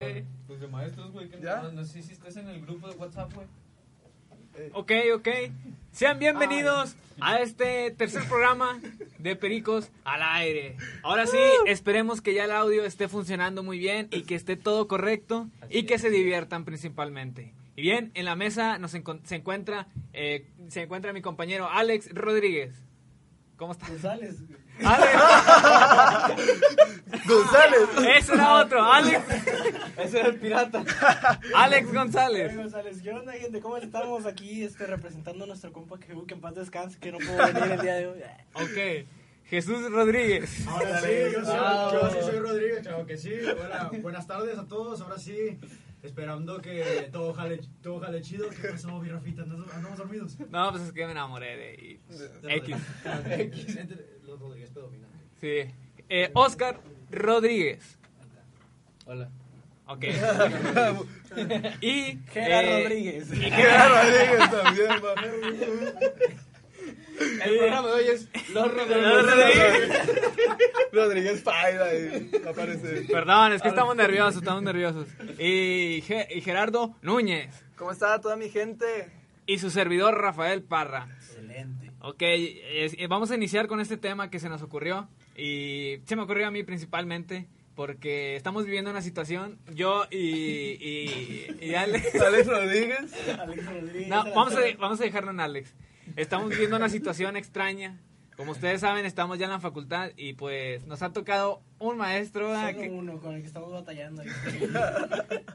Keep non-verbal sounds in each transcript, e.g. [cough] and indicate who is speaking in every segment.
Speaker 1: Pues de maestros, güey. que
Speaker 2: ¿Ya?
Speaker 1: No, no sé si estás en el grupo de WhatsApp, güey.
Speaker 3: Ok, ok. Sean bienvenidos a este tercer programa de Pericos al aire. Ahora sí, esperemos que ya el audio esté funcionando muy bien y que esté todo correcto y que se diviertan principalmente. Y bien, en la mesa nos encon- se encuentra eh, se encuentra mi compañero Alex Rodríguez. ¿Cómo estás?
Speaker 2: González.
Speaker 3: Alex,
Speaker 2: González.
Speaker 3: ese era otro, Alex,
Speaker 1: Ese era el pirata.
Speaker 3: Alex González.
Speaker 4: González, ¿qué onda, gente? ¿Cómo estamos aquí este, representando a nuestro compa que, que en paz descanse, que no pudo venir el día de hoy? Ah,
Speaker 3: Ok, Jesús Rodríguez.
Speaker 5: Ahora sí, yo soy, yo sí soy Rodríguez, claro que sí. Hola, buenas tardes a todos. Ahora sí, esperando que todo jale, todo jale chido. ¿Qué pasó, mi Rafita? ¿Andas- ¿Andamos dormidos?
Speaker 3: No, pues es que me enamoré de... y- X.
Speaker 5: X. Entre los Rodríguez predominantes.
Speaker 3: Sí. Eh, Oscar Rodríguez.
Speaker 1: Hola.
Speaker 3: Ok. y.
Speaker 4: Gera
Speaker 3: eh,
Speaker 4: Rodríguez.
Speaker 3: y
Speaker 2: Gerard
Speaker 3: Gera-
Speaker 2: Rodríguez también, va.
Speaker 1: El programa de hoy es Los
Speaker 3: Los Rodríguez.
Speaker 2: Rodríguez Paida ahí aparece.
Speaker 3: Perdón, es que estamos nerviosos, estamos nerviosos. Y, Ge- y Gerardo Núñez.
Speaker 6: ¿Cómo está toda mi gente?
Speaker 3: Y su servidor Rafael Parra.
Speaker 4: Excelente.
Speaker 3: Ok, es- eh, vamos a iniciar con este tema que se nos ocurrió y se me ocurrió a mí principalmente porque estamos viviendo una situación, yo y... y, y
Speaker 6: [laughs]
Speaker 3: Alex.
Speaker 2: Alex Rodríguez.
Speaker 4: Alex Rodríguez.
Speaker 3: No, vamos a, de- vamos a dejarlo en Alex. Estamos viviendo una situación extraña. Como ustedes saben, estamos ya en la facultad y pues nos ha tocado un maestro. ¿verdad?
Speaker 4: Solo
Speaker 3: Ah, que-
Speaker 4: uno con el que estamos
Speaker 3: [laughs]
Speaker 4: batallando. ahí.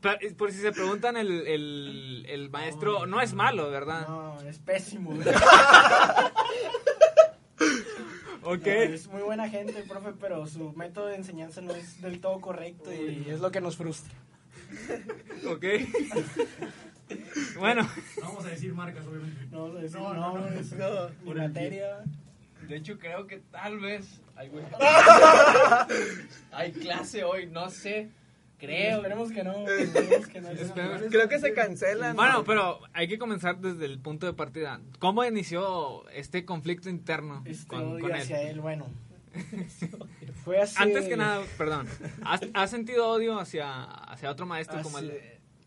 Speaker 3: pa- por si se preguntan, el, el- el maestro no es malo, ¿verdad?
Speaker 4: No, es
Speaker 3: [laughs]
Speaker 4: pésimo.
Speaker 3: ok.
Speaker 4: No, es muy buena gente el profe, pero su método de enseñanza no es del todo correcto y es lo que nos frustra.
Speaker 3: Ok. bueno,
Speaker 5: No vamos a decir marcas, obviamente.
Speaker 4: No vamos a decir
Speaker 5: No, no, no,
Speaker 4: nombres,
Speaker 2: no.
Speaker 4: ni materia.
Speaker 1: De hecho, creo que tal vez. Ay, güey. Hay clase hoy, no sé. Creo.
Speaker 4: Esperemos
Speaker 3: [laughs]
Speaker 4: que no. Esperemos que no.
Speaker 3: Esperemos.
Speaker 6: Creo que se cancelan.
Speaker 3: bueno, pero hay que comenzar desde el punto de partida. ¿Cómo inició este conflicto interno
Speaker 4: Este
Speaker 3: con,
Speaker 4: odio
Speaker 3: con él?
Speaker 4: hacia
Speaker 3: [laughs]
Speaker 4: él, bueno. Fue así.
Speaker 3: Antes que nada, perdón, ¿has, has sentido odio hacia, hacia otro maestro como el,
Speaker 4: Así-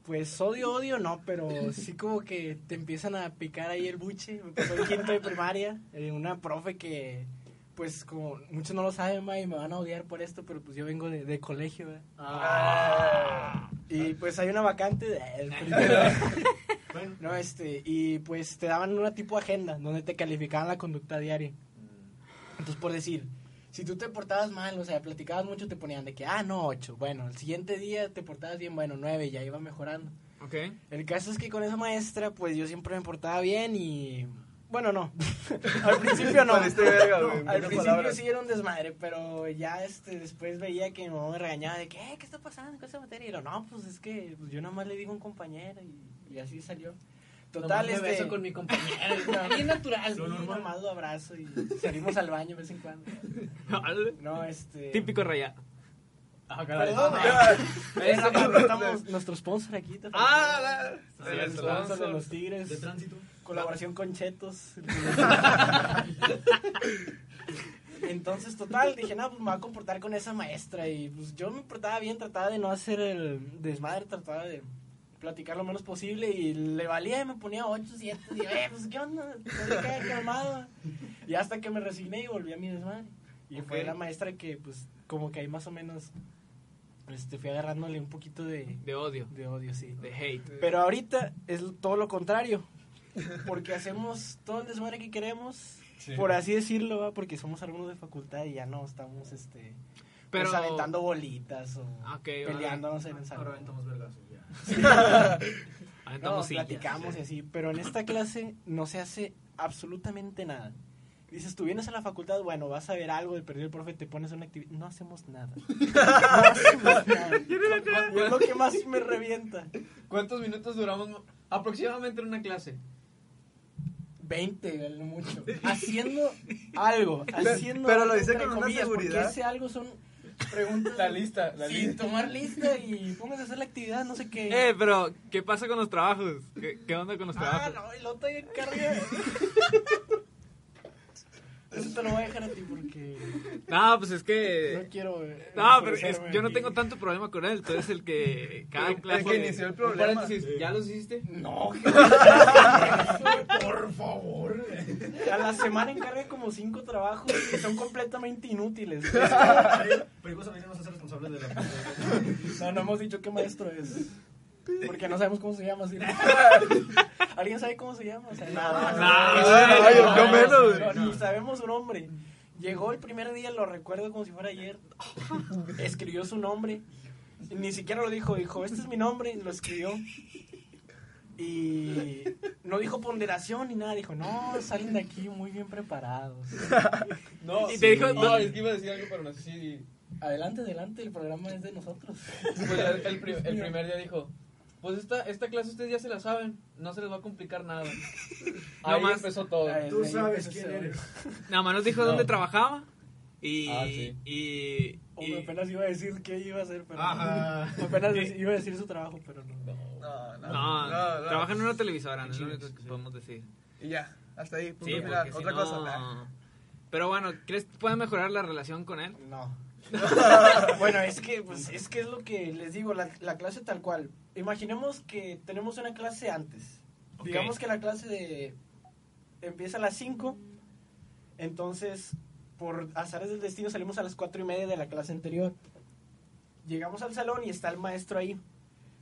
Speaker 4: Pues odio, odio no, pero sí como que te empiezan a picar ahí el buche. Me pasó en quinto de primaria, eh, una profe que, pues como muchos no lo saben, va, y me van a odiar por esto, pero pues yo vengo de, de colegio, ¿verdad? Y pues hay una vacante. de- el primer-
Speaker 5: Bueno,
Speaker 4: no, este, y pues te daban una tipo agenda donde te calificaban la conducta diaria. Entonces, por decir, si tú te portabas mal, o sea, platicabas mucho, te ponían de que, ah, no, ocho. Bueno, el siguiente día te portabas bien, bueno, nueve, ya iba mejorando.
Speaker 3: Ok.
Speaker 4: El caso es que con esa maestra, pues yo siempre me portaba bien y. Bueno, no. Al principio no.
Speaker 2: Valiste verga, güey, [laughs] en
Speaker 4: Al
Speaker 2: pocas
Speaker 4: principio
Speaker 2: palabras.
Speaker 4: sí era un desmadre, pero ya este, después veía que mi mamá me regañaba de que, "Eh, ¿qué está pasando con esa materia? Y yo, no, pues es que pues, yo nada más le digo a un compañero y, y así salió. Total,
Speaker 1: Nomás me
Speaker 4: este. [laughs]
Speaker 1: beso con mi compañera.
Speaker 4: Bien natural,
Speaker 5: Lo
Speaker 4: y
Speaker 5: normal.
Speaker 4: nomás lo abrazo [laughs] y salimos al baño de vez en cuando. No,
Speaker 3: [laughs]
Speaker 4: este.
Speaker 3: Típico rayado.
Speaker 1: Ah, caray.
Speaker 4: Perdón,
Speaker 2: [laughs]
Speaker 3: Eso-
Speaker 4: estamos nuestro sponsor aquí. te
Speaker 3: Ah,
Speaker 4: faltó.
Speaker 1: sí,
Speaker 4: El
Speaker 1: eso.
Speaker 4: sponsor de los Tigres.
Speaker 5: de tránsito.
Speaker 4: Colaboración con Chetos. Entonces, total, dije, no, pues me voy a comportar con esa maestra. Y pues yo me portaba bien, trataba de no hacer el desmadre, trataba de platicar lo menos posible. Y le valía y me ponía 8, 7. Y yo, eh, pues qué onda, no me quedé calmado. Y hasta que me resigné y volví a mi desmadre. Y fue
Speaker 1: Ok.
Speaker 4: la maestra que, pues, como que ahí más o menos este, fui agarrándole un poquito de,
Speaker 3: De odio,
Speaker 4: de odio, sí.
Speaker 3: de hate.
Speaker 4: Pero ahorita es todo lo contrario. Porque hacemos todo el desmadre que queremos, por así decirlo, ¿va? porque somos alumnos de facultad y ya no estamos este
Speaker 3: Pero-
Speaker 4: pues, aventando bolitas o
Speaker 3: Ah, ok,
Speaker 4: peleándonos en el
Speaker 5: Ahora
Speaker 4: salón.
Speaker 5: aventamos vergas. ya.
Speaker 4: No,
Speaker 3: Aventamos sillas.
Speaker 4: platicamos y así, pero en esta clase no se hace absolutamente nada. Dices, tú vienes a la facultad, bueno, vas a ver algo de perdido el profe, te pones una actividad. No hacemos
Speaker 3: [laughs]
Speaker 4: nada. No hacemos nada. Y es lo que más me revienta.
Speaker 1: ¿Cuántos minutos duramos mo- aproximadamente en una clase?
Speaker 4: 20, a lo mucho. Haciendo algo, haciendo
Speaker 2: pero
Speaker 4: algo,
Speaker 2: lo dice
Speaker 4: entre
Speaker 2: con una
Speaker 4: porque
Speaker 2: seguridad.
Speaker 4: ese algo son preguntas.
Speaker 1: La lista, la
Speaker 4: sí,
Speaker 1: [laughs] lista.
Speaker 4: tomar lista y póngase a hacer la actividad, no sé qué.
Speaker 3: Eh, pues, pero, ¿qué pasa con los trabajos? ¿Qué, qué onda con los
Speaker 4: ah,
Speaker 3: trabajos?
Speaker 4: no, el otro ya carga. Eso te lo voy a dejar a ti porque
Speaker 3: No, pues es
Speaker 4: no
Speaker 3: que...
Speaker 4: quiero. eh,
Speaker 3: No, pero es-
Speaker 4: enfurecerme
Speaker 3: yo no
Speaker 4: aquí.
Speaker 3: tengo
Speaker 4: [laughs]
Speaker 3: tanto problema con él, tú eres el que cada
Speaker 2: El- el
Speaker 3: clase...
Speaker 2: que inició el
Speaker 1: Un
Speaker 2: problema.
Speaker 1: paréntesis, ¿Ya los hiciste?
Speaker 4: No, eh,
Speaker 5: Por favor.
Speaker 4: a la [laughs] semana encargué como cinco trabajos que son completamente [laughs] inútiles.
Speaker 5: Pero a mí no nos hace responsables
Speaker 1: [laughs]
Speaker 5: de la
Speaker 4: No, no hemos dicho qué maestro es. Porque no sabemos cómo se llama. [laughs] ¿sí? ¿Alguien sabe cómo se llama? O sea, nada.
Speaker 3: No,
Speaker 2: no, yo- yo menos.
Speaker 4: No, Ni sabemos su nombre. Llegó el primer día, lo recuerdo como si fuera [laughs] ayer. Escribió su nombre. Ni siquiera lo dijo. Dijo, este es mi nombre. y Lo escribió. Y no dijo ponderación ni nada. Dijo, no, salen de aquí muy bien preparados.
Speaker 1: No.
Speaker 3: Y te dijo-
Speaker 1: No, es que iba a decir algo, pero no sé si.
Speaker 4: Adelante, adelante, el programa es de nosotros.
Speaker 1: Pues el, el pri- el primer día dijo. Pues esta, esta clase ustedes ya se la saben, no se les va a complicar nada. Ahí
Speaker 3: más.
Speaker 1: empezó todo.
Speaker 4: Ay,
Speaker 5: Tú
Speaker 4: Ahí
Speaker 5: sabes
Speaker 4: empezó
Speaker 5: quién
Speaker 4: ese-
Speaker 5: eres.
Speaker 3: Nada más nos dijo
Speaker 1: No.
Speaker 3: dónde trabajaba y...
Speaker 1: Ah, sí.
Speaker 3: y, y-
Speaker 4: Hombre, apenas iba a decir qué iba a hacer, pero
Speaker 5: Ajá.
Speaker 4: apenas iba a decir su trabajo, pero no.
Speaker 2: No, no,
Speaker 3: No,
Speaker 2: no, no.
Speaker 3: trabaja en una televisora, no es lo único que podemos decir.
Speaker 2: Y ya, hasta ahí. Punto
Speaker 3: Sí,
Speaker 2: final.
Speaker 3: porque si
Speaker 2: Otra
Speaker 3: no-
Speaker 2: cosa.
Speaker 3: [laughs]
Speaker 2: nah.
Speaker 3: Pero bueno, ¿crees que puede mejorar la relación con él?
Speaker 4: [laughs] No. bueno, es que, pues, es que es lo que les digo, la, la clase tal cual. Imaginemos que tenemos una clase antes.
Speaker 3: Ok.
Speaker 4: Digamos que la clase de empieza a las 5, entonces por azares del destino salimos a las 4 y media de la clase anterior. Llegamos al salón y está el maestro ahí.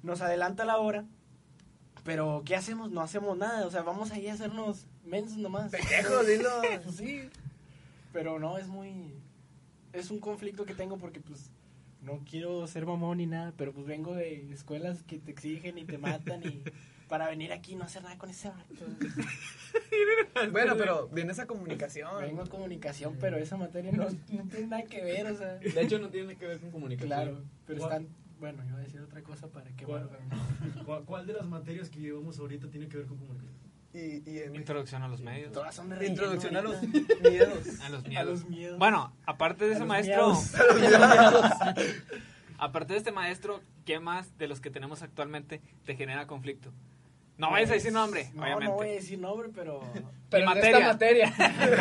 Speaker 4: Nos adelanta la hora, pero ¿qué hacemos? No hacemos nada, o sea, vamos ahí a hacernos mensos nomás. [laughs]
Speaker 2: Pendejos, dilo.
Speaker 4: Pues sí. Pero no, es muy. Es un conflicto que tengo porque, pues, no quiero ser mamón ni nada, pero pues vengo de escuelas que te exigen y te matan y. Para venir aquí y no hacer nada con ese vato.
Speaker 6: Bueno, pero viene esa comunicación.
Speaker 4: Vengo a comunicación, pero esa materia no, no tiene nada que ver, o sea.
Speaker 1: De hecho, no tiene que ver con comunicación.
Speaker 4: Claro, pero
Speaker 5: Gua-
Speaker 4: están. Bueno, yo iba a decir otra cosa para que.
Speaker 5: Gua-
Speaker 4: bueno, pero no.
Speaker 5: ¿Cuál, cuál de las materias que llevamos ahorita tiene que ver con comunicación?
Speaker 6: Y, y en-
Speaker 3: Introducción a los medios.
Speaker 4: Todas son de relleno
Speaker 6: introducción a los
Speaker 4: ahorita.
Speaker 3: [laughs]
Speaker 6: miedos.
Speaker 3: A los miedos.
Speaker 4: los miedos.
Speaker 3: Bueno, aparte de
Speaker 4: A
Speaker 3: ese
Speaker 4: los
Speaker 3: maestro,
Speaker 4: miedos.
Speaker 3: [laughs] aparte de este maestro, ¿qué más de los que tenemos actualmente te genera conflicto? No vayas a decir nombre,
Speaker 4: Pues, No,
Speaker 3: obviamente.
Speaker 4: no voy a decir nombre, pero.
Speaker 1: Pero
Speaker 3: Mi
Speaker 1: en esta materia.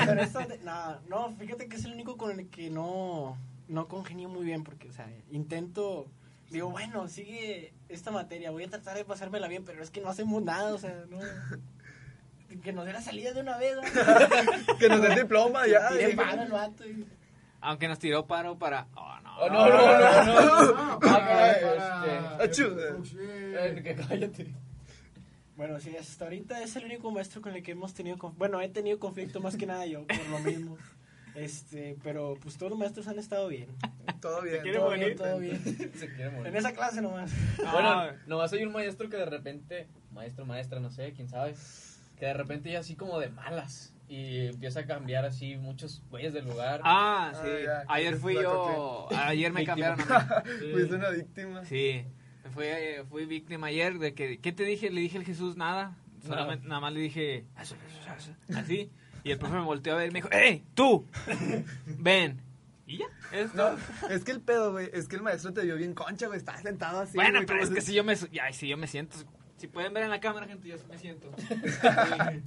Speaker 4: Pero esta de- nah, no, fíjate que es el único con el que no, no congenio muy bien porque, o sea, intento, digo, bueno, sigue esta materia, voy a tratar de pasármela bien, pero es que no hacemos nada, o sea, no... Que nos dé la salida de una vez, ¿no?
Speaker 6: [laughs] Que nos den diploma [laughs] ya.
Speaker 4: Tiene
Speaker 6: sí.
Speaker 4: paro el vato y-
Speaker 3: Aunque nos tiró paro para... Oh, no.
Speaker 1: Oh, no, no, no, no.
Speaker 5: Ah,
Speaker 1: para-
Speaker 5: para-
Speaker 6: Achú.
Speaker 1: Eh, que cállate. [laughs]
Speaker 4: Bueno, sí, hasta ahorita es el único maestro con el que hemos tenido... conf- Bueno, he tenido conflicto más que nada yo, por lo mismo. Este, pero pues todos los maestros han estado bien.
Speaker 6: Todo bien.
Speaker 3: quiere
Speaker 4: Todo
Speaker 6: todo
Speaker 3: morir.
Speaker 4: bien,
Speaker 6: bien.
Speaker 4: todo
Speaker 6: [laughs]
Speaker 4: bien.
Speaker 1: Se quiere
Speaker 4: En
Speaker 1: morir.
Speaker 4: esa clase nomás.
Speaker 3: Ah.
Speaker 1: Bueno, nomás hay un maestro que de repente, maestro, maestra, no sé, quién sabe, que de repente ya así como de malas y empieza a cambiar así muchos güeyes del lugar.
Speaker 3: Ah, sí.
Speaker 2: Ah, ya.
Speaker 3: ayer fui yo... Ayer
Speaker 6: [laughs]
Speaker 3: me
Speaker 1: Víctima.
Speaker 3: cambiaron a mí.
Speaker 2: Fuiste una víctima.
Speaker 3: Sí, fui, eh, fui víctima ayer de que... ¿Qué te dije? ¿Le dije al Jesús nada? Solamente, Nada más le dije... "Eso, eso, eso", Así. Y el profe me volteó a ver y me dijo... ¡Ey, tú! Ven. Y ya. es todo.
Speaker 6: Es que el pedo, güey, es que el maestro te vio bien concha, güey. Estaba sentado así.
Speaker 3: bueno,
Speaker 6: güey,
Speaker 3: pero
Speaker 6: como
Speaker 3: es que
Speaker 6: si-
Speaker 3: si yo me... su- Ay, si yo me siento... Si pueden ver en la cámara, gente, yo sí me siento.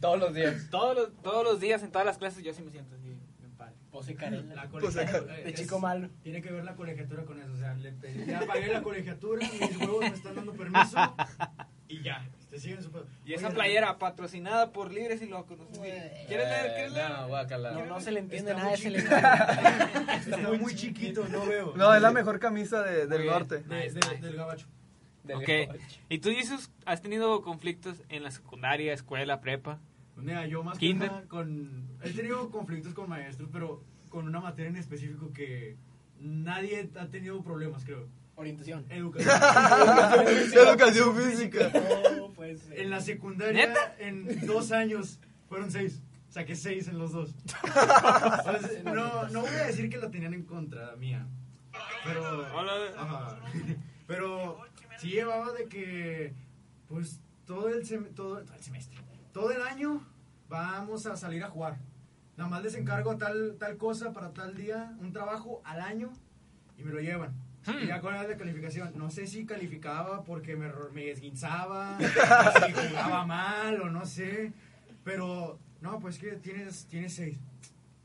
Speaker 1: Todos los días.
Speaker 3: Todos los, todos los días, en todas las clases, yo sí me siento así. bien padre.
Speaker 4: Pose Carela.
Speaker 5: La
Speaker 6: Pues acá-
Speaker 5: colegiatura, eh,
Speaker 4: De
Speaker 5: es-
Speaker 4: chico malo.
Speaker 5: Tiene que ver la colegiatura con eso. O sea, le pedí- ya pagué la colegiatura, mis huevos me están dando permiso. Y ya, te siguen su paso.
Speaker 3: Y
Speaker 5: Oye,
Speaker 3: esa
Speaker 5: no,
Speaker 3: playera patrocinada por Libres y Locos. No sé si- ¿Quieres leer? ¿Quieres leer?
Speaker 1: Eh, No, guácala.
Speaker 4: No, no se le entiende
Speaker 5: Está
Speaker 4: nada
Speaker 5: muy
Speaker 4: ese le
Speaker 5: chiquito. [laughs] Está muy chiquito, no veo.
Speaker 6: No, es la mejor camisa de- del
Speaker 3: Muy bien.
Speaker 6: norte.
Speaker 3: [laughs]
Speaker 6: [laughs]
Speaker 5: De-
Speaker 3: Nice,
Speaker 5: de-
Speaker 3: nice.
Speaker 5: Del gabacho.
Speaker 1: Del
Speaker 3: Ok.
Speaker 1: gabacho.
Speaker 3: ¿Y tú, Jesus, has tenido conflictos en la secundaria, escuela, prepa?
Speaker 5: Pues Mira, yo más
Speaker 3: Kinder.
Speaker 5: que nada con... He tenido conflictos con maestros, pero con una materia en específico que nadie ha tenido problemas, creo.
Speaker 4: Orientación.
Speaker 6: [laughs]
Speaker 5: Educación.
Speaker 6: Educación física.
Speaker 4: No, pues.
Speaker 5: en la secundaria,
Speaker 3: ¿Neta?
Speaker 5: en dos años, fueron seis. Saqué seis en los dos. Entonces, no, no voy a decir que la tenían en contra mía. Pero... Ajá. Pero sí llevaba de que, pues, todo el, sem- todo, todo el semestre, todo el año vamos a salir a jugar. Nada más les encargo tal, tal cosa para tal día, un trabajo al año, y me lo llevan. Y
Speaker 1: Hmm.
Speaker 5: ya con la calificación, no sé si calificaba porque me, ro- me
Speaker 1: [laughs]
Speaker 5: esguinzaba, si jugaba mal o no sé, pero no, pues que tienes, tienes seis.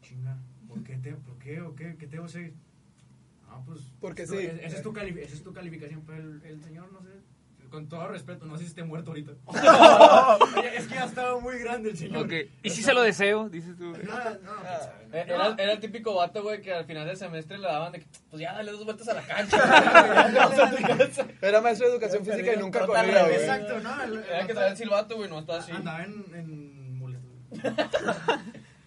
Speaker 5: Chinga, ¿por qué, te, por qué o qué, que tengo seis? Ah, pues.
Speaker 6: Porque
Speaker 5: es-
Speaker 6: sí.
Speaker 5: Esa es, tu cali- esa es tu calificación. Pero el, el señor, no sé. Con todo respeto, no sé si esté muerto
Speaker 1: [laughs]
Speaker 5: ahorita. es que ya estaba muy grande el señor.
Speaker 3: Ok. ¿Y si se lo deseo? Dices tú.
Speaker 5: No, no, pues, no.
Speaker 1: Eh, Era, era el típico vato, güey, que al final del semestre le daban de que, pues ya dale dos vueltas a
Speaker 3: [laughs]
Speaker 1: la cancha. güey, ya dale a tu casa.
Speaker 6: Era maestro de educación física y nunca
Speaker 1: Trata al
Speaker 6: corría,
Speaker 1: revés.
Speaker 6: güey.
Speaker 5: Exacto, no. el- el-
Speaker 1: Era que traía el silbato, güey, no estaba así.
Speaker 5: Ah,
Speaker 3: Ah,
Speaker 5: Andaba en, en muletas. [laughs]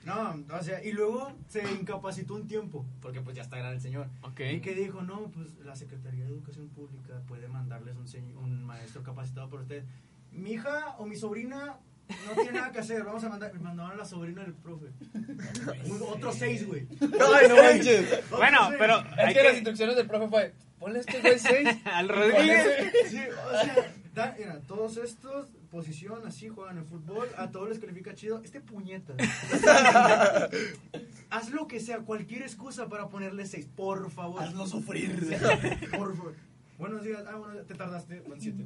Speaker 5: No, o sea, y luego se incapacitó un tiempo, porque pues ya está grande el señor.
Speaker 3: Ok.
Speaker 5: Y que dijo, no, pues la Secretaría de Educación Pública puede mandarles un, señ- un maestro capacitado por usted. Mi hija o mi sobrina no tiene nada que hacer, vamos a mandar. Me mandaron a la sobrina del profe. Un- otro seis, güey.
Speaker 6: Ay, no manches.
Speaker 5: Otro
Speaker 3: Bueno,
Speaker 5: seis.
Speaker 3: pero
Speaker 1: Es
Speaker 3: hay
Speaker 1: que las
Speaker 3: que...
Speaker 1: instrucciones del profe fue, ponle a este güey seis.
Speaker 3: [laughs] Al
Speaker 1: y ponle
Speaker 3: Rodríguez.
Speaker 1: ese-
Speaker 5: Sí, o sea, da- mira, todos estos, posición así, juegan en fútbol, a todos les califica chido. Este puñeta. Haz lo que sea, cualquier excusa para ponerle seis, por favor. Hazlo sufrir. por favor. Buenos días, ah, bueno, te tardaste, van siete.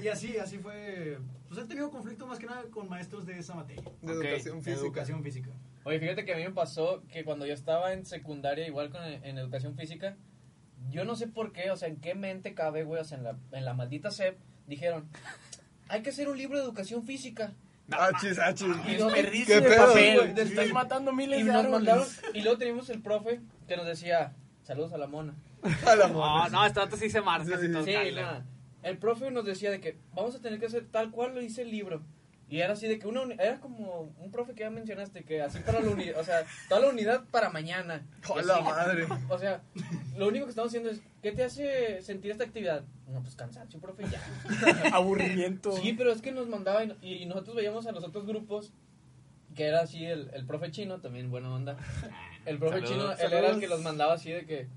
Speaker 5: y así, así fue. Pues he tenido conflicto más que nada con maestros de esa materia.
Speaker 6: De
Speaker 3: Ok,
Speaker 6: educación física.
Speaker 5: Educación física.
Speaker 1: Oye, fíjate que a mí me pasó que cuando yo estaba en secundaria, igual con, en educación física, yo no sé por qué, o sea, en qué mente cabe, güey, o sea, en la, en la maldita SEP, dijeron, hay que hacer un libro de educación física.
Speaker 6: Achis, achis.
Speaker 1: Y yo,
Speaker 6: ¿Qué
Speaker 4: Perrísimo
Speaker 6: pedo?
Speaker 1: güey,
Speaker 4: Te estás
Speaker 1: sí.
Speaker 4: matando miles
Speaker 1: Y
Speaker 4: de
Speaker 1: nos mandaron,
Speaker 4: árboles.
Speaker 1: y luego teníamos el profe que nos decía, saludos a la mona.
Speaker 6: A
Speaker 5: Ah,
Speaker 6: la
Speaker 3: No,
Speaker 6: mona.
Speaker 3: no, este dato sí se marca.
Speaker 6: Sí,
Speaker 3: Sí, todo
Speaker 1: Sí,
Speaker 3: Tyler.
Speaker 1: nada. El profe nos decía de que vamos a tener que hacer tal cual lo dice el libro. Y era así de que una uni- era como un profe que ya mencionaste, que así para la unidad, o sea, toda la unidad para mañana.
Speaker 6: A
Speaker 1: Y
Speaker 6: la
Speaker 1: así,
Speaker 6: [laughs] madre.
Speaker 1: O sea, lo único que estamos haciendo es, ¿qué te hace sentir esta actividad? No, pues cansancio, profe, ya.
Speaker 4: [laughs] Aburrimiento.
Speaker 1: Sí, pero es que nos mandaba y, y nosotros veíamos a los otros grupos, que era así el, el profe chino, también buena onda. El profe
Speaker 3: Saludos.
Speaker 1: chino, él era el que los mandaba así de que,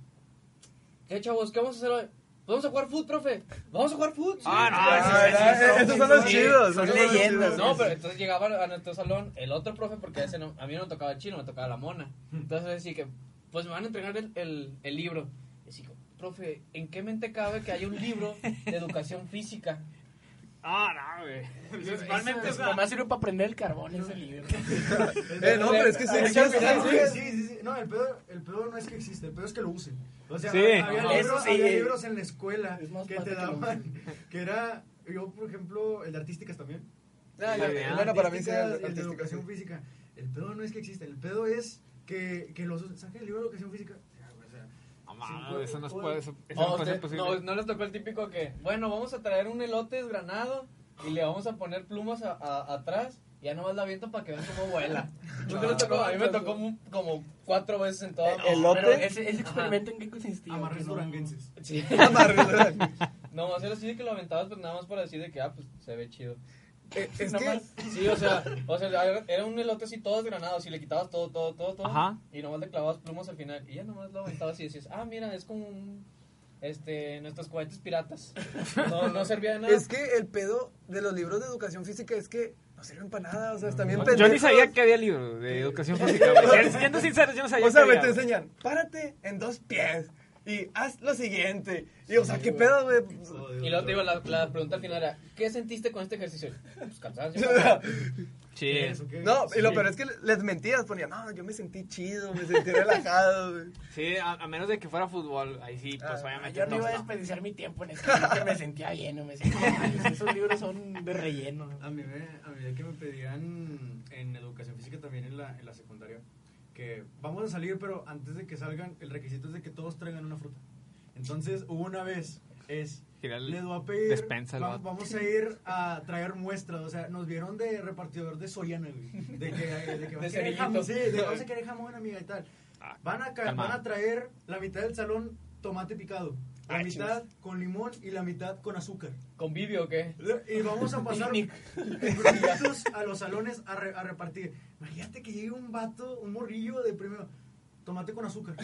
Speaker 1: ¿qué chavos, qué vamos a hacer hoy? Vamos a jugar foot, profe. Vamos a jugar foot. sí".
Speaker 3: Ah, no,
Speaker 6: Ah,
Speaker 3: sí,
Speaker 6: ah,
Speaker 3: sí, sí,
Speaker 6: Estos
Speaker 3: sí,
Speaker 6: son los
Speaker 3: sí.
Speaker 6: chidos.
Speaker 4: son
Speaker 6: esos los
Speaker 4: leyendas,
Speaker 6: chidos.
Speaker 1: No, pero entonces llegaba a nuestro salón el otro profe, porque ese no- a mí no me tocaba el chino, me tocaba la mona. Entonces, así que, pues me van a entregar el, el, el libro. Y así, que, profe, ¿en qué mente cabe que haya un libro de educación física?
Speaker 3: Ah, no, güey. Principalmente
Speaker 4: Realmente
Speaker 3: o sea,
Speaker 4: nomás sirve para prender el carbón ese libro.
Speaker 6: Eh, no, pero es que sí.
Speaker 5: Sí,
Speaker 6: sí, sí, sí.
Speaker 5: sí, sí, sí. No, el pedo, el pedo no es que existe, el pedo es que lo usen. O sea,
Speaker 3: Sí.
Speaker 5: había,
Speaker 4: Ajá.
Speaker 5: libros,
Speaker 4: Eso sí. eh.
Speaker 5: había libros en la escuela
Speaker 4: Es más
Speaker 5: que
Speaker 4: parte
Speaker 5: te
Speaker 4: que lo
Speaker 5: daban, que era, yo por ejemplo, el de artísticas también.
Speaker 1: Ah,
Speaker 3: ya,
Speaker 5: El de
Speaker 3: ya.
Speaker 6: Bueno, para mí sí,
Speaker 5: artísticas
Speaker 6: el de
Speaker 5: y el de
Speaker 6: artísticas,
Speaker 5: educación
Speaker 6: sí.
Speaker 5: física. El pedo no es que existe, el pedo es que, que los usen. ¿Saben que el libro de educación física? O sea,
Speaker 3: No, mames, eso no es
Speaker 5: Cinco-
Speaker 3: puede, eso, eso
Speaker 1: No,
Speaker 3: no puede ser
Speaker 1: usted- no,
Speaker 3: posible.
Speaker 1: no les tocó el típico que, bueno, vamos a traer un elote desgranado y le vamos a poner plumas a, a- atrás y ya nomás la aviento para que vean
Speaker 4: [laughs]
Speaker 1: cómo vuela. ¿Usted le tocó? a mí me tocó un- como cuatro veces en todo.
Speaker 4: ¿E-,
Speaker 6: ¿Elote?
Speaker 4: Pero ese, ese experimento en qué consistía.
Speaker 5: amarres
Speaker 4: Que no-
Speaker 5: duranguenses.
Speaker 4: [laughs]
Speaker 1: Sí.
Speaker 6: Amarre.
Speaker 1: No, era así de que lo aventabas, pero nada más para decir de que, ah, pues se ve chido.
Speaker 6: Eh,
Speaker 1: [laughs]
Speaker 6: Es que
Speaker 4: Nomás-
Speaker 1: Sí, o sea, o sea, era- era un elote así todo desgranado, así le quitabas todo, todo, todo, todo.
Speaker 3: Ajá.
Speaker 1: Y nomás le clavabas plumas al final. Y ya nomás lo aventabas y decías, ah, mira, es como un, este, nuestros cohetes piratas. No, no servía de nada.
Speaker 6: Es que el pedo de los libros de educación física es que no sirven para nada, o sea, están bien
Speaker 3: Yo
Speaker 6: pendejos.
Speaker 3: ni sabía que había libro de educación física. [laughs] güey. Siendo sincero, yo no sabía
Speaker 6: O sea,
Speaker 3: que
Speaker 6: güey,
Speaker 3: había.
Speaker 6: te enseñan, párate en dos pies y haz lo siguiente. Y, o sea, ¿qué pedo, güey? [laughs]
Speaker 1: Y luego te digo, la, la pregunta al final era, ¿qué sentiste con este ejercicio? Pues cansancio.
Speaker 6: O sea,
Speaker 3: Sí.
Speaker 5: ¿Eso qué?
Speaker 6: No, y lo
Speaker 5: Sí.
Speaker 6: peor es que les mentías, ponían, no, yo me sentí chido, me sentí relajado. güey".
Speaker 3: Sí, a, a menos de que fuera fútbol. Ahí sí, pues obviamente.
Speaker 4: Yo no
Speaker 3: no,
Speaker 4: iba a
Speaker 3: no.
Speaker 4: desperdiciar mi tiempo en escribir, me sentía bien, no me sentía bien. Esos libros son de relleno.
Speaker 5: A mí, me, a mí de que me pedían en educación física también en la, en la secundaria que vamos a salir, pero antes de que salgan, el requisito es de que todos traigan una fruta. Entonces, hubo una vez, es,
Speaker 3: Girar
Speaker 5: les voy a pedir,
Speaker 3: despensa al
Speaker 5: va-
Speaker 3: vato.
Speaker 5: vamos a ir a traer muestras, o sea, nos vieron de repartidor de Soriana, güey, de que, de que van a querer
Speaker 4: cerillito.
Speaker 5: jamón, sí, de que vamos a querer jamón, amiga, y tal.
Speaker 3: Ah,
Speaker 5: Van a, ca-
Speaker 3: calma.
Speaker 5: van a traer la mitad del salón tomate picado, la
Speaker 4: Ah,
Speaker 5: mitad con limón y la mitad con azúcar.
Speaker 1: ¿Convivio o qué?
Speaker 5: Y vamos a pasar grupitos a los salones a, re- a repartir. Imagínate que llegue un vato, un morrillo de primero. Tomate con azúcar.